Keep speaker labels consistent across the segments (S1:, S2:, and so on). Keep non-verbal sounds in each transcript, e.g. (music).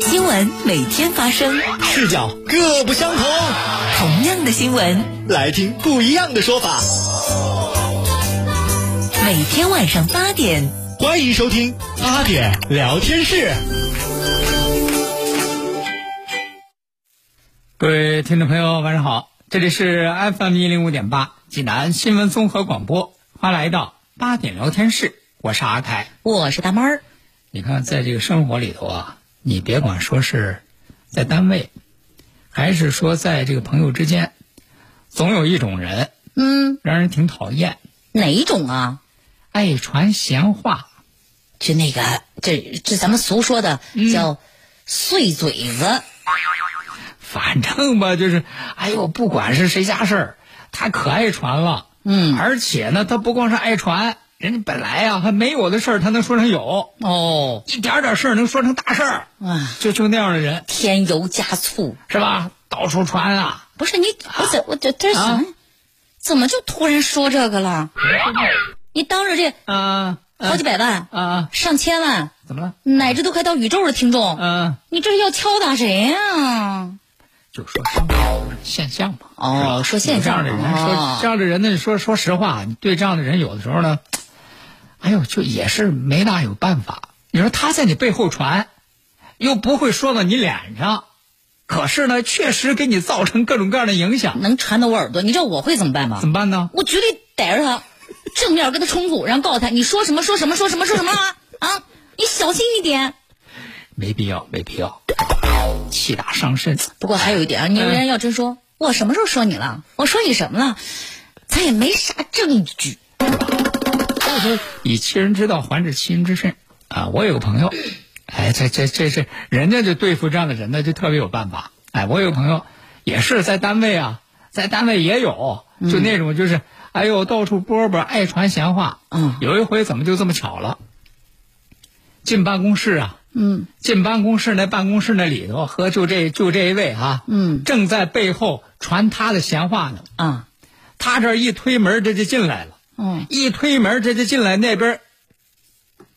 S1: 新闻每天发生，
S2: 视角各不相同，
S1: 同样的新闻，
S2: 来听不一样的说法。
S1: 每天晚上八点，
S2: 欢迎收听八点聊天室。
S3: 各位听众朋友，晚上好，这里是 FM 一零五点八济南新闻综合广播，欢迎来到八点聊天室，我是阿凯。
S1: 我是大猫儿。
S3: 你看，在这个生活里头啊，你别管说是在单位，还是说在这个朋友之间，总有一种人
S1: 嗯，
S3: 让人挺讨厌，
S1: 哪一种啊？
S3: 爱传闲话。
S1: 就那个，这这咱们俗说的
S3: 嗯
S1: 叫碎嘴子。
S3: 反正吧，就是，哎呦，不管是谁家事儿，他可爱传了。
S1: 嗯
S3: 而且呢，他不光是爱传，人家本来呀、还没有的事儿，他能说成有；
S1: 哦，
S3: 一点点事儿能说成大事儿，
S1: 啊，
S3: 就就那样的人
S1: 添油加醋。
S3: 是吧？到处传啊，
S1: 不是你，我怎我这这是什么？怎么就突然说这个了？你当着这
S3: 啊
S1: 好几百万、
S3: 啊，
S1: 上千万，
S3: 怎么了？
S1: 乃至都快到宇宙的听众，
S3: 嗯、
S1: 你这是要敲打谁呀？
S3: 就说生活现象嘛。
S1: 哦说现象
S3: 有这样的人，
S1: 哦
S3: 说这样的人呢，说说实话，你对这样的人有的时候呢，哎呦，就也是没大有办法。你说他在你背后传，又不会说到你脸上，可是呢，确实给你造成各种各样的影响，
S1: 能传到我耳朵，你知道我会怎么办吗
S3: 怎？么办呢？
S1: 我绝对逮着他，正面跟他冲突，然后告诉他你说什么说什么说什么说什么啊啊！你小心一点。
S3: 没必要，没必要，气大伤身。
S1: 不过还有一点啊，你有人要真说、我什么时候说你了，我说你什么了，咱也没啥证据。
S3: 所以说，以其人之道还治其人之身啊！我有个朋友，哎，这这这这，人家就对付这样的人呢，就特别有办法。哎，我有个朋友也是在单位啊，在单位也有，
S1: 嗯
S3: 就那种就是，哎呦，到处波波，爱传闲话。
S1: 嗯
S3: 有一回怎么就这么巧了？进办公室啊，
S1: 嗯
S3: 进办公室那办公室那里头和就这就这一位啊，
S1: 嗯
S3: 正在背后传他的闲话呢。
S1: 啊
S3: 他这儿一推门，这就进来了。
S1: 嗯
S3: 一推门，这就进来那边儿，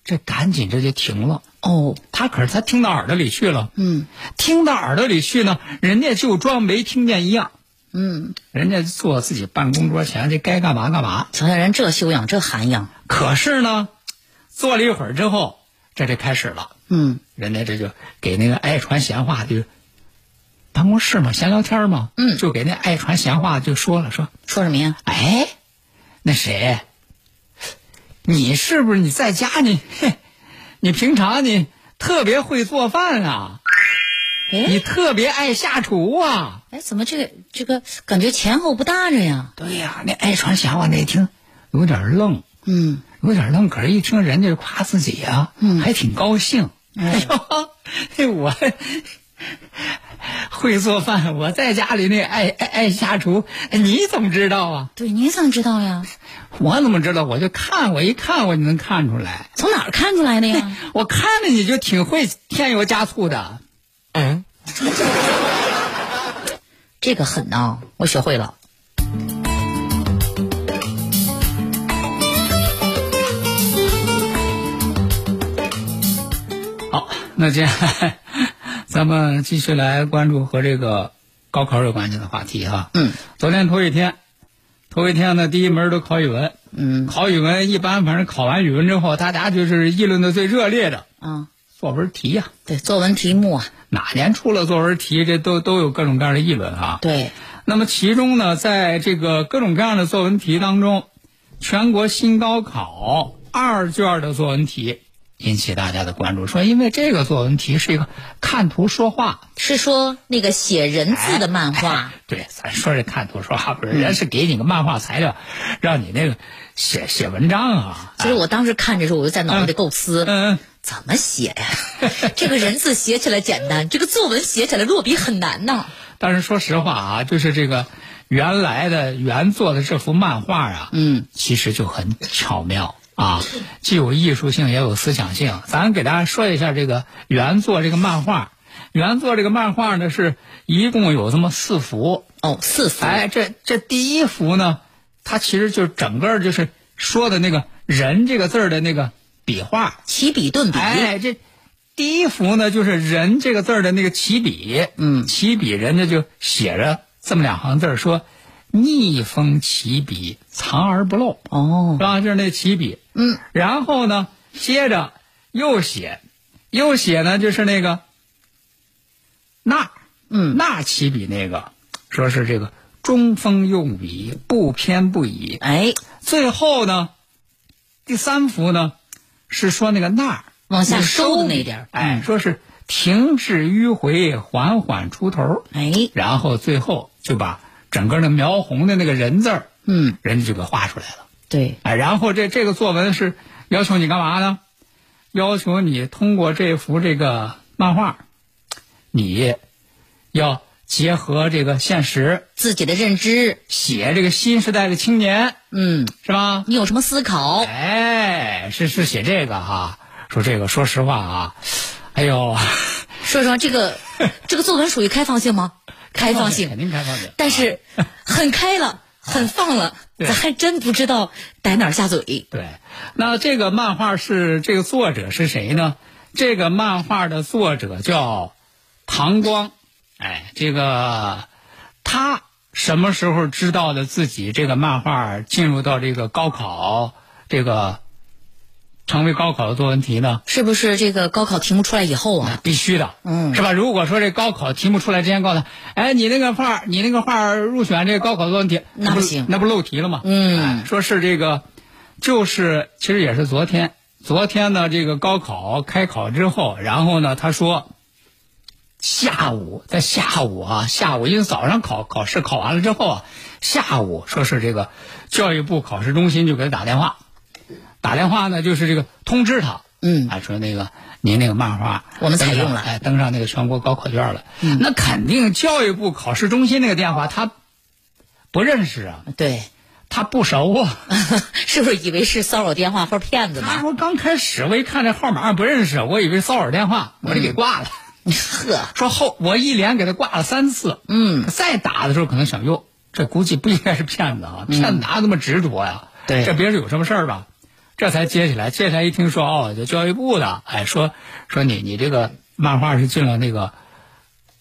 S3: 这赶紧这就停了。
S1: 哦
S3: 他可是他听到耳朵里去了，
S1: 嗯
S3: 听到耳朵里去呢，人家就装没听见一样。
S1: 嗯，
S3: 人家坐自己办公桌前，这该干嘛干嘛。
S1: 瞧瞧人这修养这涵养，
S3: 可是呢，坐了一会儿之后，这就开始了。
S1: 嗯
S3: 人家这就给那个爱传闲话就办公室嘛，闲聊天嘛，
S1: 嗯
S3: 就给那爱传闲话就说了说，
S1: 说什么呀？
S3: 哎，那谁，你是不是你在家你，嘿你平常你特别会做饭啊，你
S1: 哎
S3: 特别爱下厨啊？
S1: 哎，怎么这个这个感觉前后不搭着呀？
S3: 对呀、那爱传闲话那一听有点愣，
S1: 嗯
S3: 有点愣，可是一听人家夸自己呀、
S1: 嗯
S3: 还挺高兴。哎呦，嘿我会做饭，我在家里那爱爱爱下厨，你怎么知道啊？
S1: 对，你怎么知道呀？
S3: 我怎么知道？我就看，我一看我就能看出来。
S1: 从哪儿看出来的 (laughs) 呀？
S3: (laughs) 我看着你就挺会添油加醋的。嗯，
S1: 这个狠呐、我学会了。
S3: 好，那接下来 (laughs) 咱们继续来关注和这个高考有关系的话题哈。
S1: 嗯，
S3: 昨天头一天，头一天呢，第一门都考语文。
S1: 嗯
S3: 考语文一般，反正考完语文之后，大家就是议论的最热烈的
S1: 啊，
S3: 作文题呀、
S1: 对，作文题目啊，
S3: 哪年出了作文题，这都都有各种各样的议论啊。
S1: 对，
S3: 那么其中呢，在这个各种各样的作文题当中，全国新高考二卷的作文题引起大家的关注，说因为这个作文题是一个看图说话，
S1: 是说那个写人字的漫画。
S3: (laughs) 对，咱说这看图说话不是，人家是给你个漫画材料，让你那个写写文章啊。
S1: 其实我当时看着时候，我就在脑子里构思，
S3: 嗯，
S1: 怎么写呀？ (laughs) 这个人字写起来简单，这个作文写起来落笔很难呐。
S3: 但是说实话啊，就是这个原来的原作的这幅漫画啊，
S1: 嗯，
S3: 其实就很巧妙啊，既有艺术性也有思想性。咱给大家说一下这个原作这个漫画，原作这个漫画呢是一共有这么四幅，
S1: 哦，四幅，
S3: 哎，这这第一幅呢，它其实就是整个就是说的那个“人”这个字儿的那个笔画，
S1: 起笔顿笔，
S3: 哎，这第一幅呢，就是“人”这个字儿的那个起笔，
S1: 嗯
S3: 起笔人家就写着这么两行字儿，说“逆风起笔，藏而不露”，
S1: 哦
S3: 是，吧？就是那起笔。
S1: 嗯，
S3: 然后呢，接着又写，又写呢，就是那个“捺”，
S1: 嗯，
S3: 捺起笔那个，说是这个中锋用笔，不偏不倚。
S1: 哎，
S3: 最后呢，第三幅呢，是说那个“捺”。
S1: 往下收的那点儿，嗯
S3: 哎，说是停滞迂回，缓缓出头，
S1: 哎，
S3: 然后最后就把整个那描红的那个人字儿，
S1: 嗯，
S3: 人家就给画出来了。
S1: 对，
S3: 哎，然后这这个作文是要求你干嘛呢？要求你通过这幅这个漫画，你要结合这个现实，
S1: 自己的认知，
S3: 写这个新时代的青年，
S1: 嗯，
S3: 是吧？
S1: 你有什么思考？
S3: 哎，是是写这个哈，说这个，说实话啊，哎呦，
S1: 说实话，
S3: (laughs)
S1: 这个这个作文属于开放性吗？开放
S3: 肯
S1: 性，
S3: 定开放性，
S1: 但是很开了，很放了，
S3: 对
S1: 咱还真不知道逮哪儿下嘴。
S3: 对，那这个漫画是这个作者是谁呢？这个漫画的作者叫唐光，哎，这个他什么时候知道的自己这个漫画进入到这个高考这个成为高考的作文题呢？
S1: 是不是这个高考题目出来以后啊，
S3: 必须的，
S1: 嗯
S3: 是吧？如果说这高考题目出来之前告诉他，哎，你那个画，你那个画入选这个高考作文题，
S1: 那不行
S3: 那不漏题了吗？
S1: 嗯
S3: 哎说是这个，就是其实也是昨天，昨天呢，这个高考开考之后，然后呢，他说下午在下午啊，下午因为早上考考试考完了之后啊，下午说是这个教育部考试中心就给他打电话，打电话呢就是这个通知他，
S1: 嗯
S3: 啊，说那个您那个漫画
S1: 我们采用了
S3: 啊哎，登上那个全国高考卷了，那肯定教育部考试中心那个电话他不认识啊，
S1: 对，
S3: 他不熟啊。
S1: 是不是以为是骚扰电话或者骗子
S3: 他
S1: 呢？
S3: 说刚开始我一看这号码不认识，我以为骚扰电话，我就
S1: 嗯
S3: 给挂了。
S1: 呵，
S3: 说后我一连给他挂了三次，
S1: 嗯，
S3: 再打的时候可能想哟，这估计不应该是骗子啊，骗子哪有那么执着呀、
S1: 嗯对
S3: 这别是有什么事儿吧？这才接起来，接起来一听说哦，就教育部的，哎，说说你你这个漫画是进了那个，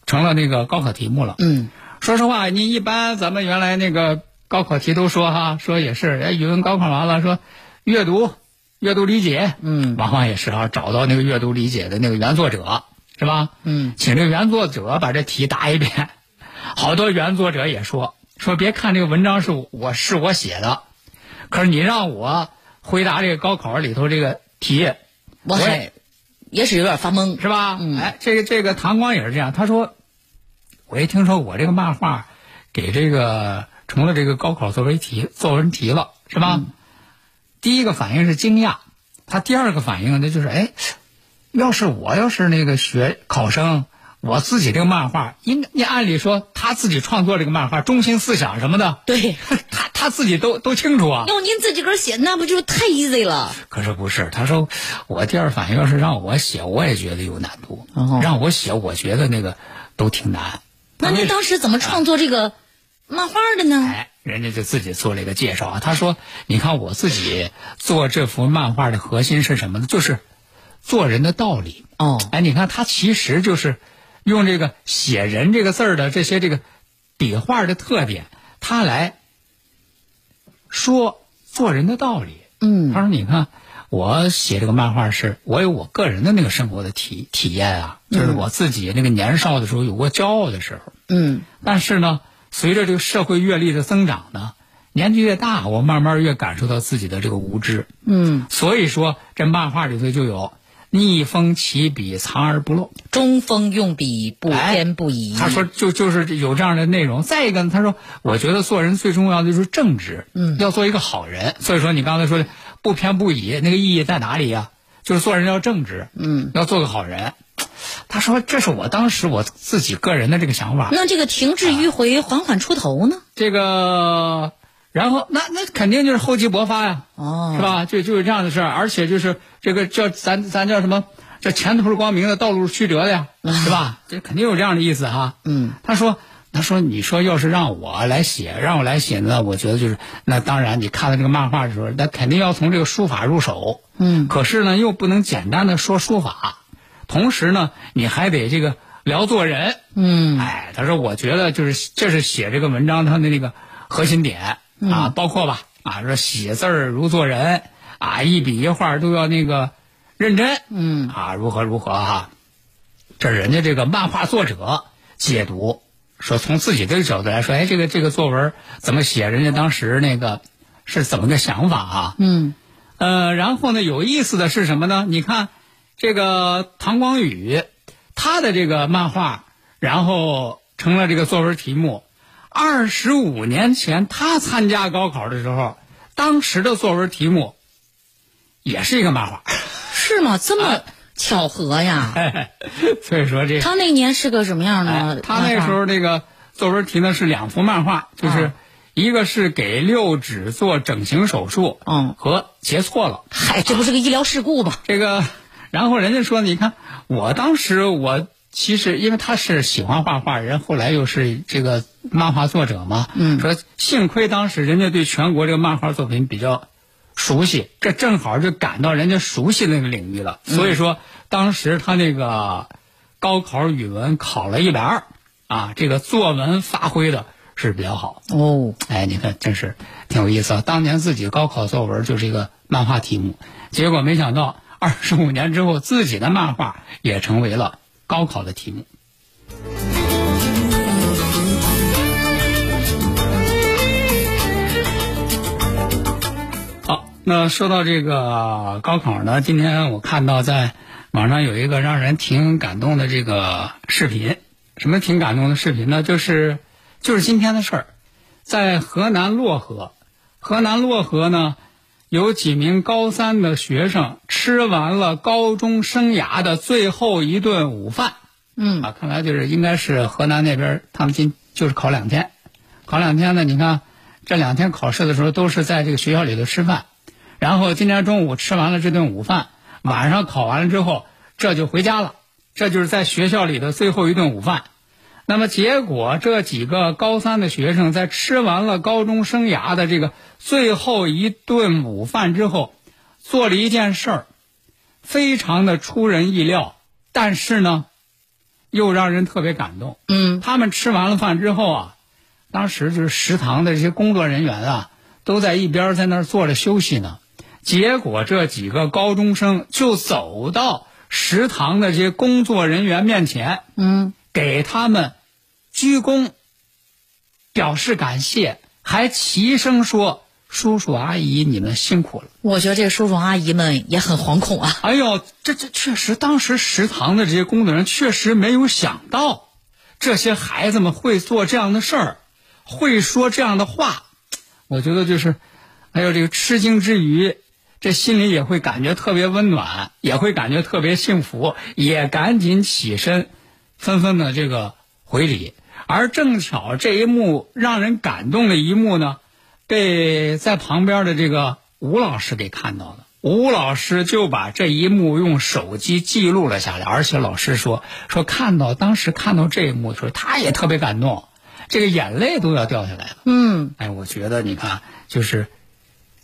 S3: 成了那个高考题目了，
S1: 嗯，
S3: 说实话，你一般咱们原来那个高考题都说哈，说也是，哎，语文高考完了说阅读、阅读理解，
S1: 嗯
S3: 往往也是啊，找到那个阅读理解的那个原作者是吧？
S1: 嗯，
S3: 请这个原作者把这题答一遍。好多原作者也说说，别看这个文章是我我是我写的，可是你让我回答这个高考里头这个题，我
S1: 我还
S3: 也
S1: 也是有点发懵。
S3: 是吧？
S1: 嗯
S3: 哎，这个这个唐光也是这样，他说，我一听说我这个漫画给这个成了这个高考作为题作文题了，是吧？第一个反应是惊讶，他第二个反应呢就是，哎，要是我要是那个学考生。我自己这个漫画，应该按理说他自己创作这个漫画，中心思想什么的， (laughs)
S1: 对，
S3: 他他自己都都清楚啊。啊
S1: 要您自己个儿写，那不就太 easy 了？
S3: 可是不是，他说我第二反应要是让我写，我也觉得有难度。
S1: 哦
S3: 让我写，我觉得那个都挺难。
S1: 那您当时怎么创作这个漫画的呢？
S3: 啊哎，人家就自己做了一个介绍啊。他说：“你看我自己做这幅漫画的核心是什么呢？就是做人的道理。
S1: 哦
S3: 哎，你看他其实就是用这个写“人”这个字儿的这些这个笔画的特点，他来说做人的道理。
S1: 嗯
S3: 他说：“你看，我写这个漫画是，我有我个人的那个生活的体体验啊，就是我自己那个年少的时候有过骄傲的时候。
S1: 嗯，
S3: 但是呢，随着这个社会阅历的增长呢，年纪越大，我慢慢越感受到自己的这个无知。
S1: 嗯，
S3: 所以说，这漫画里头就有逆风起笔，藏而不露。
S1: 中锋用笔，不偏不倚。
S3: 哎他说就就是有这样的内容。再一个呢，他说我觉得做人最重要的就是正直，嗯，要做一个好人。所以说你刚才说的不偏不倚，那个意义在哪里呀、就是做人要正直，嗯，要做个好人。他说这是我当时我自己个人的这个想法，
S1: 那这个停
S3: 啊
S1: 滞迂回、缓缓出头呢？
S3: 这个，然后那那肯定就是厚积薄发呀、
S1: 哦
S3: 是吧？就就是这样的事儿，而且就是这个叫咱咱叫什么？这前途不是光明的，道路是曲折的呀，是吧？这肯定有这样的意思哈。
S1: 嗯，
S3: 他说。他说：“你说要是让我来写，让我来写呢，我觉得就是那当然，你看了这个漫画的时候，那肯定要从这个书法入手。
S1: 嗯，
S3: 可是呢，又不能简单的说书法，同时呢，你还得这个聊做人。
S1: 嗯
S3: 哎，他说我觉得就是这是写这个文章它的那个核心点
S1: 嗯
S3: 啊，包括吧啊，说写字儿如做人啊，一笔一画都要那个认真，
S1: 嗯
S3: 啊，如何如何哈、这人家这个漫画作者解读说，从自己这个角度来说，哎，这个这个作文怎么写？人家当时那个是怎么个想法啊？
S1: 嗯
S3: 呃，然后呢，有意思的是什么呢？你看这个唐光宇，他的这个漫画，然后成了这个作文题目。二十五年前他参加高考的时候，当时的作文题目也是一个漫画， (laughs)
S1: 是吗？这么
S3: 啊
S1: 巧合呀？
S3: 所以说这个、
S1: 他啊那年是个什么样
S3: 哎
S1: 的？
S3: 他那时候这个作文题呢是两幅漫画，就是
S1: 啊
S3: 一个是给六指做整形手术，
S1: 嗯
S3: 和截错了。
S1: 嗨，这不是个医疗事故吧？
S3: 这个，然后人家说，你看，我当时我其实因为他是喜欢画画，人后来又是这个漫画作者嘛，嗯，说幸亏当时人家对全国这个漫画作品比较熟悉，这正好就赶到人家熟悉那个领域了，所以说当时他那个高考语文考了一百二，啊，这个作文发挥的是比较好，
S1: 哦，
S3: 哎，你看，真是挺有意思啊！当年自己高考作文就是一个漫画题目，结果没想到二十五年之后，自己的漫画也成为了高考的题目。好，那说到这个高考呢，今天我看到在网上有一个让人挺感动的这个视频，什么挺感动的视频呢？就是就是今天的事儿，在河南漯河，河南漯河呢，有几名高三的学生吃完了高中生涯的最后一顿午饭，
S1: 嗯
S3: 啊，看来就是应该是河南那边儿，他们今就是考两天，考两天呢，你看这两天考试的时候都是在这个学校里头吃饭，然后今天中午吃完了这顿午饭，晚上考完了之后，这就回家了，这就是在学校里的最后一顿午饭。那么结果，这几个高三的学生在吃完了高中生涯的这个最后一顿午饭之后，做了一件事儿，非常的出人意料，但是呢，又让人特别感动。
S1: 嗯
S3: 他们吃完了饭之后啊，当时就是食堂的这些工作人员啊，都在一边在那儿坐着休息呢。结果这几个高中生就走到食堂的这些工作人员面前，
S1: 嗯，
S3: 给他们鞠躬，表示感谢，还齐声说：“叔叔阿姨，你们辛苦了。”
S1: 我觉得这叔叔阿姨们也很惶恐啊。
S3: (laughs) 哎呦，这这确实，当时食堂的这些工作人员确实没有想到，这些孩子们会做这样的事儿，会说这样的话。我觉得就是，哎呦，这个吃惊之余，这心里也会感觉特别温暖，也会感觉特别幸福，也赶紧起身，纷纷的这个回礼。而正巧这一幕让人感动的一幕呢，被在旁边的这个吴老师给看到了。吴老师就把这一幕用手机记录了下来，而且老师说说看到当时看到这一幕的时候，他也特别感动，这个眼泪都要掉下来了。
S1: 嗯，
S3: 哎，我觉得你看，就是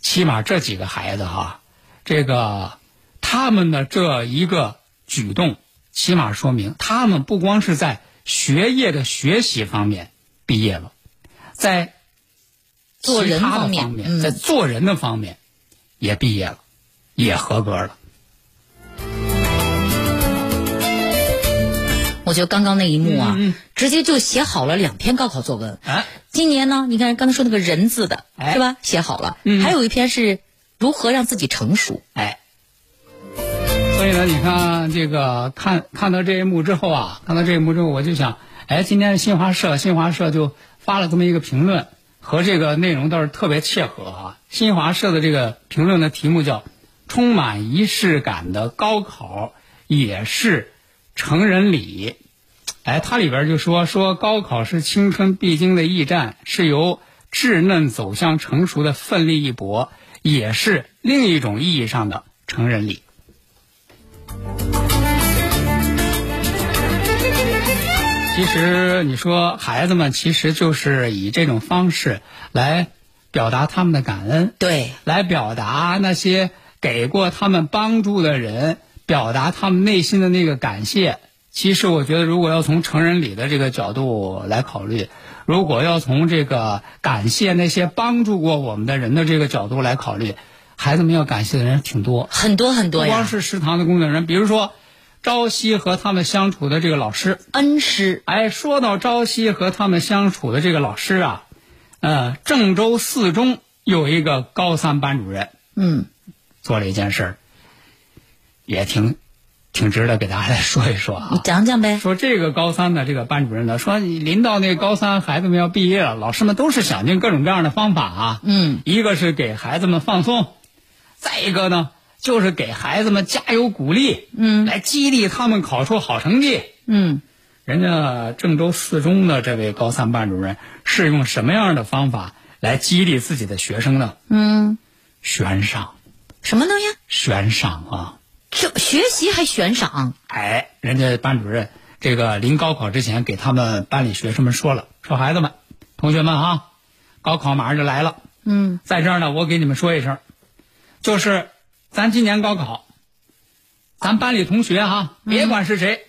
S3: 起码这几个孩子哈，这个他们的这一个举动，起码说明他们不光是在学业的学习方面毕业了，在
S1: 做人
S3: 其他的
S1: 方
S3: 方
S1: 面嗯
S3: 在做人的方面也毕业了，也合格了。
S1: 我觉得刚刚那一幕啊，
S3: 嗯嗯
S1: 直接就写好了两篇高考作文。
S3: 哎，
S1: 今年呢，你看刚才说那个人字的、
S3: 哎
S1: 是吧？写好了，
S3: 嗯
S1: 还有一篇是如何让自己成熟。
S3: 哎，所以呢，你看这个看看到这一幕之后啊，看到这一幕之后，我就想，哎，今天新华社新华社就发了这么一个评论，和这个内容倒是特别切合啊。新华社的这个评论的题目叫《充满仪式感的高考也是成人礼。哎，它里边就说说高考是青春必经的驿站，是由稚嫩走向成熟的奋力一搏，也是另一种意义上的成人礼。其实你说孩子们其实就是以这种方式来表达他们的感恩，
S1: 对，
S3: 来表达那些给过他们帮助的人，表达他们内心的那个感谢。其实我觉得，如果要从成人礼的这个角度来考虑，如果要从这个感谢那些帮助过我们的人的这个角度来考虑，孩子们要感谢的人挺多，
S1: 很多很
S3: 不
S1: 多
S3: 光
S1: 呀，
S3: 是食堂的工作人员，比如说朝夕和他们相处的这个老师，
S1: 恩师
S3: 哎，说到朝夕和他们相处的这个老师啊，呃，郑州四中有一个高三班主任，
S1: 嗯，
S3: 做了一件事儿，也挺挺值得给大家来说一说
S1: 你
S3: 啊。
S1: 讲讲呗。
S3: (laughs) 说这个高三的这个班主任呢，说你临到那个高三，孩子们要毕业了，老师们都是想尽各种各样的方法啊，
S1: 嗯，
S3: 一个是给孩子们放松，再一个呢就是给孩子们加油鼓励，嗯，来激励他们考出好成绩，
S1: 嗯，
S3: 人家郑州四中的这位高三班主任是用什么样的方法来激励自己的学生呢？
S1: 嗯，
S3: 悬赏，
S1: 什么东西？
S3: 悬赏啊！
S1: 这学习还悬赏？
S3: 哎，人家班主任这个临高考之前给他们班里学生们说了，说孩子们、同学们啊，高考马上就来了，
S1: 嗯，
S3: 在这儿呢，我给你们说一声，就是咱今年高考，咱班里同学哈、别管是谁，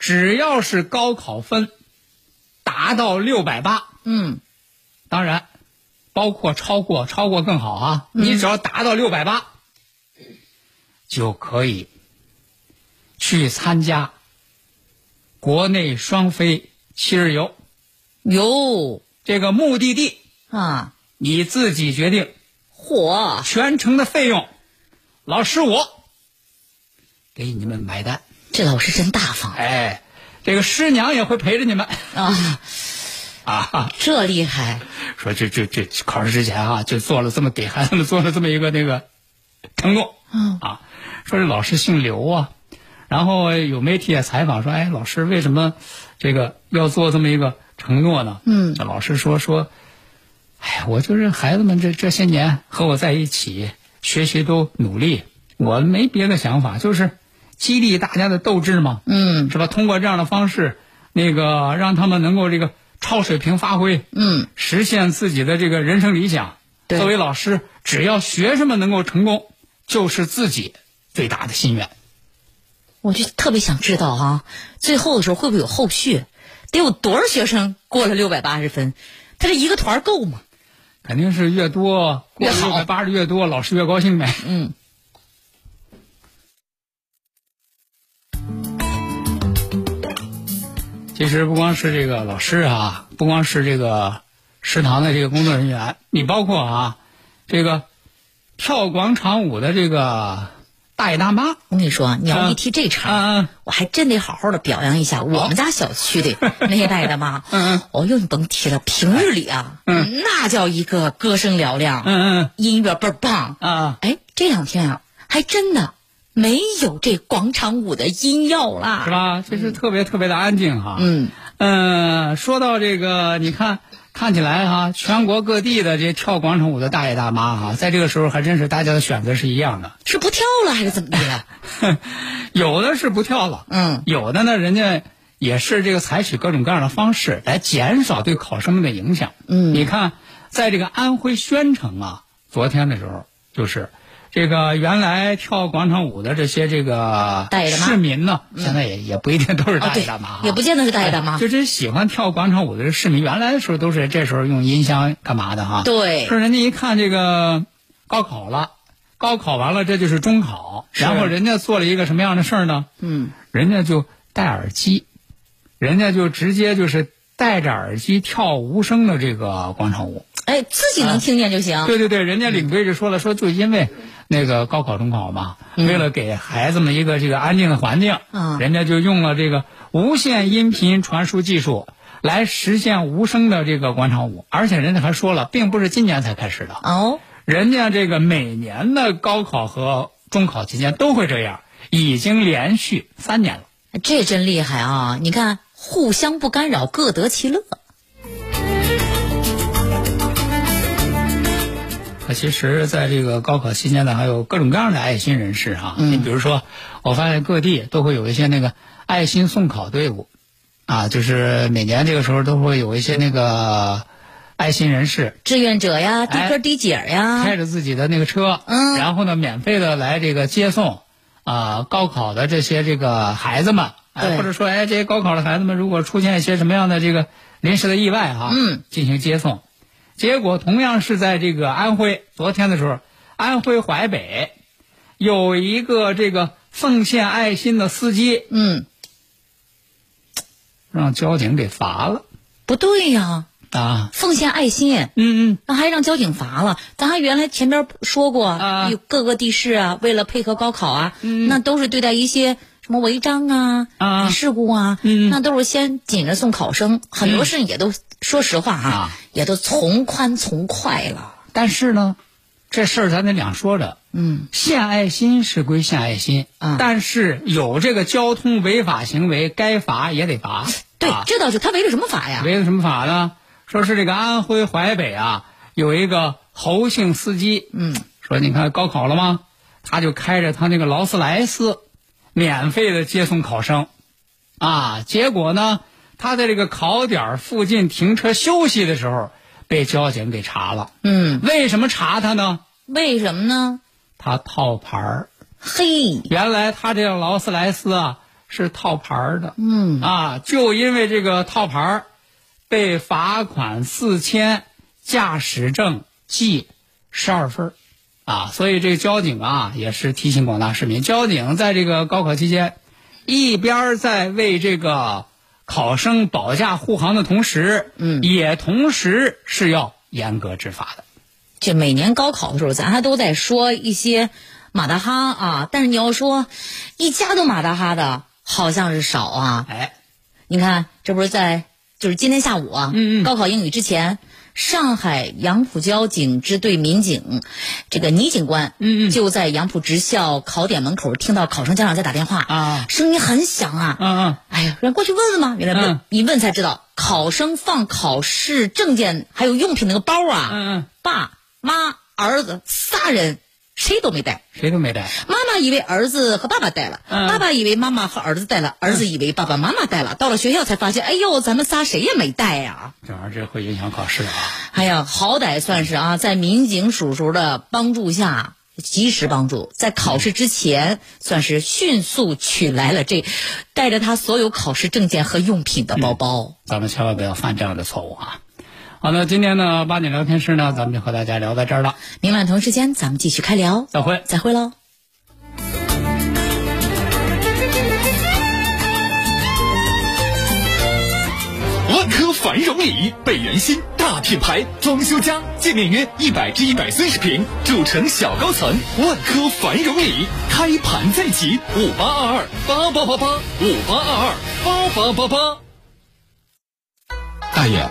S3: 只要是高考分达到六百八，
S1: 嗯，
S3: 当然，包括超过，超过更好啊！你只要达到六百八，就可以去参加国内双非七日游。
S1: 哟
S3: 这个目的地
S1: 啊，
S3: 你自己决定，
S1: 嚯，
S3: 全程的费用，老师我给你们买单。
S1: 这老师真大方
S3: 哎，这个师娘也会陪着你们
S1: 啊，
S3: 啊。
S1: 这厉害，
S3: 说这这这考试之前啊，就做了这么给孩子们做了这么一个那个承诺，
S1: 嗯
S3: 啊，说这老师姓刘啊，然后有媒体也采访说，哎，老师为什么这个要做这么一个承诺呢？
S1: 嗯
S3: 这老师说说，哎，我就是孩子们这这些年和我在一起学习都努力，我没别的想法，就是激励大家的斗志嘛，
S1: 嗯
S3: 是吧？通过这样的方式，那个让他们能够这个超水平发挥，
S1: 嗯，
S3: 实现自己的这个人生理想。
S1: 对
S3: 作为老师，只要学生们能够成功，就是自己最大的心愿。
S1: 我就特别想知道啊，最后的时候会不会有后续？得有多少学生过了六百八十分？他这一个团儿够吗？
S3: 肯定是越多
S1: 越
S3: 六
S1: 好
S3: 百八十越多，老师越高
S1: (laughs)
S3: 兴呗。
S1: 嗯，
S3: 其实不光是这个老师啊，不光是这个食堂的这个工作人员，你包括啊，这个跳广场舞的这个大爷大妈，
S1: 我跟你说，你要
S3: 啊
S1: 一提这茬儿，
S3: 啊，
S1: 我还真得好好的表扬一下我们家小区的那些大爷大 (laughs) 妈。
S3: 嗯嗯，
S1: 哦哟，你甭提了，平日里啊，嗯，那叫一个歌声嘹亮，
S3: 嗯
S1: 音乐倍儿棒
S3: 嗯。啊，
S1: 哎，这两天啊，还真的没有这广场舞的音调啦。
S3: 是吧？这是特别特别的安静哈、
S1: 嗯，
S3: (laughs) 嗯，说到这个，你看看起来哈、全国各地的这跳广场舞的大爷大妈哈、在这个时候还真是大家的选择是一样的，
S1: 是不跳了还是怎么的？
S3: 有的是不跳了，
S1: 嗯，
S3: 有的呢，人家也是这个采取各种各样的方式来减少对考生们的影响。
S1: 嗯
S3: 你看，在这个安徽宣城啊，昨天的时候就是。这个原来跳广场舞的这些这个
S1: 大爷大妈
S3: 市民呢，现在也也不一定都 (laughs) 是
S1: 哦
S3: 大爷
S1: 对
S3: 大妈、啊，
S1: 也不见得是大爷大妈
S3: 哎。就这喜欢跳广场舞的市民，原来的时候都是这时候用音箱干嘛的哈？
S1: 对
S3: 说人家一看这个高考了，高考完了这就是中考，
S2: 是
S3: 然后人家做了一个什么样的事儿呢？
S1: 嗯，
S3: 人家就戴耳机，人家就直接就是戴着耳机跳无声的这个广场舞。
S1: 哎，自己能听见就行。
S3: 嗯对对对，人家领队就说了，说就因为那个高考中考嘛，为了给孩子们一个这个安静的环境，
S1: 嗯
S3: 人家就用了这个无线音频传输技术来实现无声的这个广场舞，而且人家还说了，并不是今年才开始的，
S1: 哦，
S3: 人家这个每年的高考和中考期间都会这样，已经连续三年了。
S1: 这真厉害啊！你看，互相不干扰，各得其乐。
S3: 啊，其实在这个高考期间呢，还有各种各样的爱心人士啊。你比如说，我发现各地都会有一些那个爱心送考队伍，啊，就是每年这个时候都会有一些那个爱心人士
S1: 志愿者
S3: 哎
S1: 呀，的哥的姐儿呀，
S3: 开着自己的那个车，
S1: 啊嗯
S3: 然后呢，免费的来这个接送啊高考的这些这个孩子们，哎，
S1: 对
S3: 或者说哎这些高考的孩子们如果出现一些什么样的这个临时的意外哈、
S1: 嗯，
S3: 进行接送。结果同样是在这个安徽，昨天的时候，安徽淮北有一个这个奉献爱心的司机
S1: 嗯，
S3: 让交警给罚了
S1: 不对呀，
S3: 啊，
S1: 奉献爱心。
S3: 嗯嗯，
S1: 那还让交警罚了，咱还原来前边说过，
S3: 啊嗯
S1: 有各个地市啊，为了配合高考啊，那都是对待一些什么违章啊、
S3: 啊
S1: 事故啊，
S3: 嗯
S1: 那都是先紧着送考生，很多事也都、说实话哈、
S3: 啊
S1: 也都从宽从快了。
S3: 但是呢，这事儿咱得两说着。
S1: 嗯，
S3: 献爱心是归献爱心，
S1: 啊
S3: 但是有这个交通违法行为，该罚也得罚。
S1: 对，
S3: 啊、
S1: 这倒是他违了什么法呀？
S3: 违了什么法呢？说是这个安徽淮北啊，有一个侯姓司机，
S1: 嗯，
S3: 说你看高考了吗？他就开着他那个劳斯莱斯，免费的接送考生，啊，结果呢，他在这个考点附近停车休息的时候，被交警给查了。
S1: 嗯，
S3: 为什么查他呢？
S1: 为什么呢？
S3: 他套牌儿。
S1: 嘿，
S3: 原来他这辆劳斯莱斯啊是套牌儿的，
S1: 嗯
S3: 啊，就因为这个套牌儿，被罚款四千，驾驶证记十二分儿，啊，所以这个交警啊也是提醒广大市民，交警在这个高考期间，一边儿在为这个考生保驾护航的同时，
S1: 嗯
S3: 也同时是要严格执法的。
S1: 这每年高考的时候，咱还都在说一些马大哈啊，但是你要说一家都马大哈的，好像是少啊。
S3: 哎，
S1: 你看，这不是在就是今天下午啊，
S3: 嗯嗯
S1: 高考英语之前，上海杨浦交警支队民警这个倪警官，
S3: 嗯嗯
S1: 就在杨浦职校考点门口听到考生家长在打电话
S3: 啊
S1: 声音很响啊，
S3: 嗯嗯，
S1: 哎呀，让过去问问嘛。原来问、
S3: 嗯
S1: 一问才知道，考生放考试证件还有用品那个包啊，
S3: 嗯嗯
S1: 爸妈儿子仨人谁都没带。
S3: 谁都没带，
S1: 妈妈以为儿子和爸爸带了，
S3: 嗯
S1: 爸爸以为妈妈和儿子带了，儿子以为爸爸妈妈带了。到了学校才发现，哎呦，咱们仨谁也没带呀、
S3: 这玩意儿这会影响考试的啊。
S1: 哎呀，好歹算是啊，在民警叔叔的帮助下。及时帮助，在考试之前，算是迅速取来了这带着他所有考试证件和用品的包包。
S3: 咱们千万不要犯这样的错误啊！好的，今天呢八点聊天室呢，咱们就和大家聊到这儿了，
S1: 明晚同时间，咱们继续开聊。
S3: 再会。
S1: 再会喽。
S2: 万科繁荣里，北人新大品牌装修家，建面约一百至一百三十平，主城小高层。万科繁荣里开盘在即，五八二二八八八八，五八二二八八八八。大爷，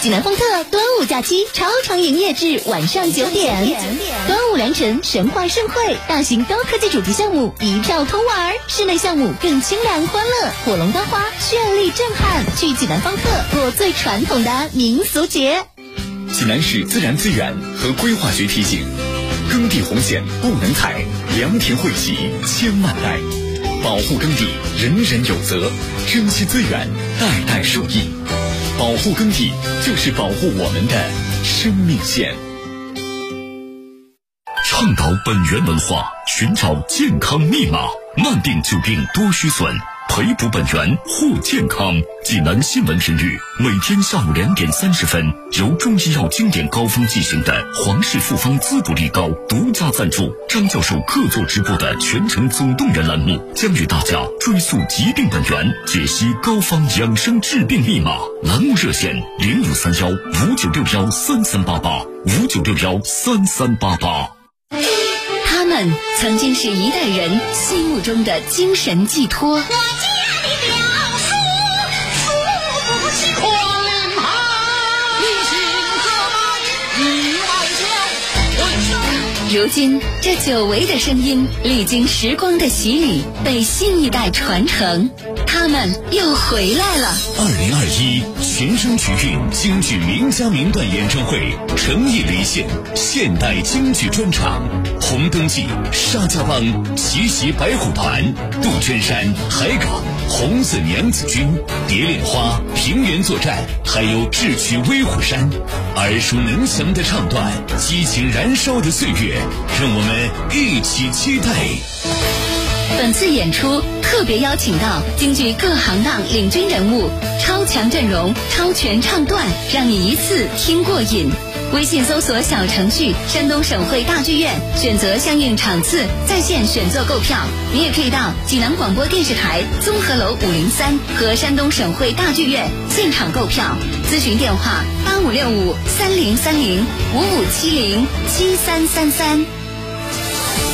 S4: 济南丰特端午假期超长营业至晚上九点，端午良辰神话盛会，大型高科技主题项目一票通玩儿，室内项目更清凉欢乐，火龙观花绚丽震撼。去济南丰特过最传统的民俗节。
S5: 济南市自然资源和规划局提醒：耕地红线不能踩，良田惠及千万代。保护耕地，人人有责；珍惜资源，代代受益。保护耕地，就是保护我们的生命线。倡导本源文化，寻找健康密码。慢病久病多虚损，陪补本源护健康。济南新闻频率每天下午两点三十分，由中医药经典膏方进行的皇氏复方滋补力膏独家赞助，张教授客座直播的全程总动员栏目，将与大家追溯疾病本源，解析膏方养生治病密码。栏目热线零五三幺五九六幺三三八八五九六幺三三八八。
S4: 他们曾经是一代人心目中的精神寄托。
S6: 狂人豪，一心策马，一万笑，浑身。
S4: 如今，这久违的声音历经时光的洗礼，被新一代传承，他们又回来了。
S5: 二零二一全声曲韵京剧名家名段演唱会诚意离线现代京剧专场，红灯记、沙家浜、奇袭白虎盘、杜鹃山、海港、红色娘子军、蝶恋花、平原作战，还有智取威虎山，耳熟能详的唱段，激情燃烧的岁月，让我们一起期待。
S4: 本次演出特别邀请到京剧各行当领军人物，超强阵容，超全唱段，让你一次听过瘾。微信搜索小程序“山东省会大剧院”，选择相应场次，在线选座购票。你也可以到济南广播电视台综合楼五零三和山东省会大剧院现场购票。咨询电话：八五六五三零三零五五七零七三三三。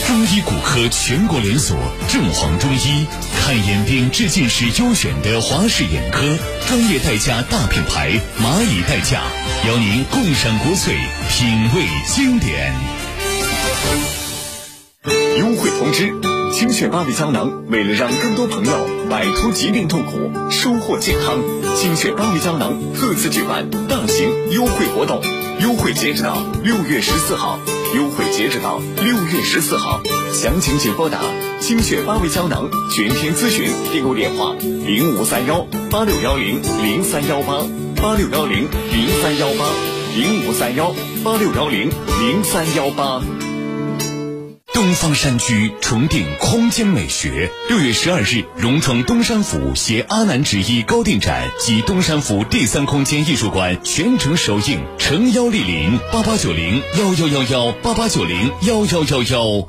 S5: 中医骨科全国连锁正黄中医，看眼病治近视优选的华氏眼科，专业代驾大品牌蚂蚁代驾，邀您共赏国粹，品味经典。
S2: 优惠通知：清血八味胶囊为了让更多朋友摆脱疾病痛苦，收获健康，清血八味胶囊特此举办大型优惠活动，优惠截止到六月十四号，优惠截止到六月十四号，详情请拨打清血八味胶囊全天咨询订购电话零五三幺八六幺零零三幺八八六幺零零三幺八零五三幺八六幺零零三幺八。
S5: 东方山区重定空间美学，六月十二日，融创东山府携阿南执一高定展及东山府第三空间艺术馆全程首映，诚邀莅临八八九零幺幺幺幺八八九零幺幺幺幺。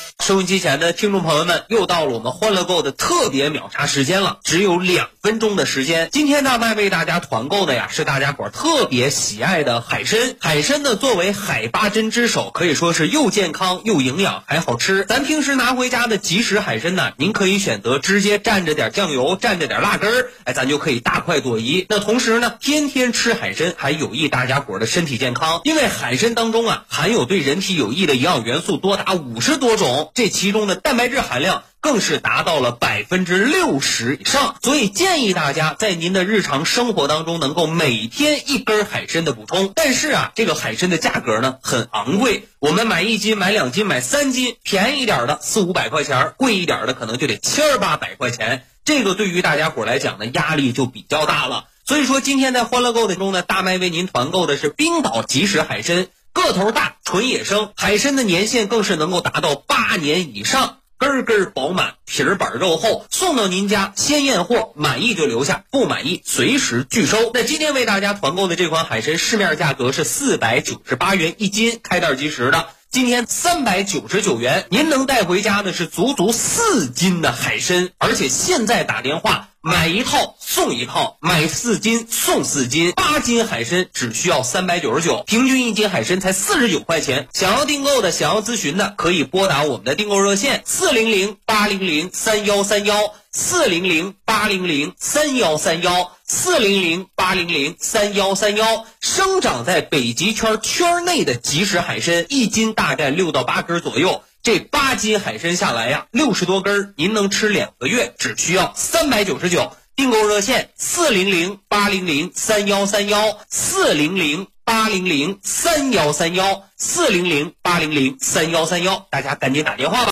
S7: 收音机前的听众朋友们，又到了我们欢乐购的特别秒杀时间了，只有两分钟的时间。今天大麦为大家团购的呀，是大家伙儿特别喜爱的海参。海参呢，作为海八珍之首，可以说是又健康又营养，还好吃。咱平时拿回家的即食海参呢，您可以选择直接蘸着点酱油，蘸着点辣根儿，哎，咱就可以大快朵颐。那同时呢，天天吃海参还有益大家伙儿的身体健康，因为海参当中啊含有对人体有益的营养元素多达五十多种，这其中的蛋白质含量。更是达到了百分之六十以上，所以建议大家在您的日常生活当中能够每天一根海参的补充。但是啊，这个海参的价格呢很昂贵，我们买一斤、买两斤、买三斤，便宜一点的四五百块钱，贵一点的可能就得千八百块钱。这个对于大家伙儿来讲呢，压力就比较大了。所以说，今天在欢乐购当中呢，大麦为您团购的是冰岛即食海参，个头大，纯野生，海参的年限更是能够达到八年以上。根根饱满，皮儿板肉厚，送到您家鲜验货，满意就留下，不满意随时拒收。那今天为大家团购的这款海参，市面价格是四百九十八元一斤，开袋即食的。今天三百九十九元，您能带回家的是足足四斤的海参，而且现在打电话买一套送一套，买四斤送四斤，八斤海参只需要三百九十九，平均一斤海参才四十九块钱。想要订购的，想要咨询的，可以拨打我们的订购热线四零零八零零三幺三幺四零零八零零三幺三幺。四零零八零零三幺三幺，生长在北极圈圈内的即食海参，一斤大概六到八根左右。这八斤海参下来呀，六十多根儿，您能吃两个月，只需要三百九十九。订购热线：四零零八零零三幺三幺，四零零八零零三幺三幺，四零零八零零三幺三幺。大家赶紧打电话吧。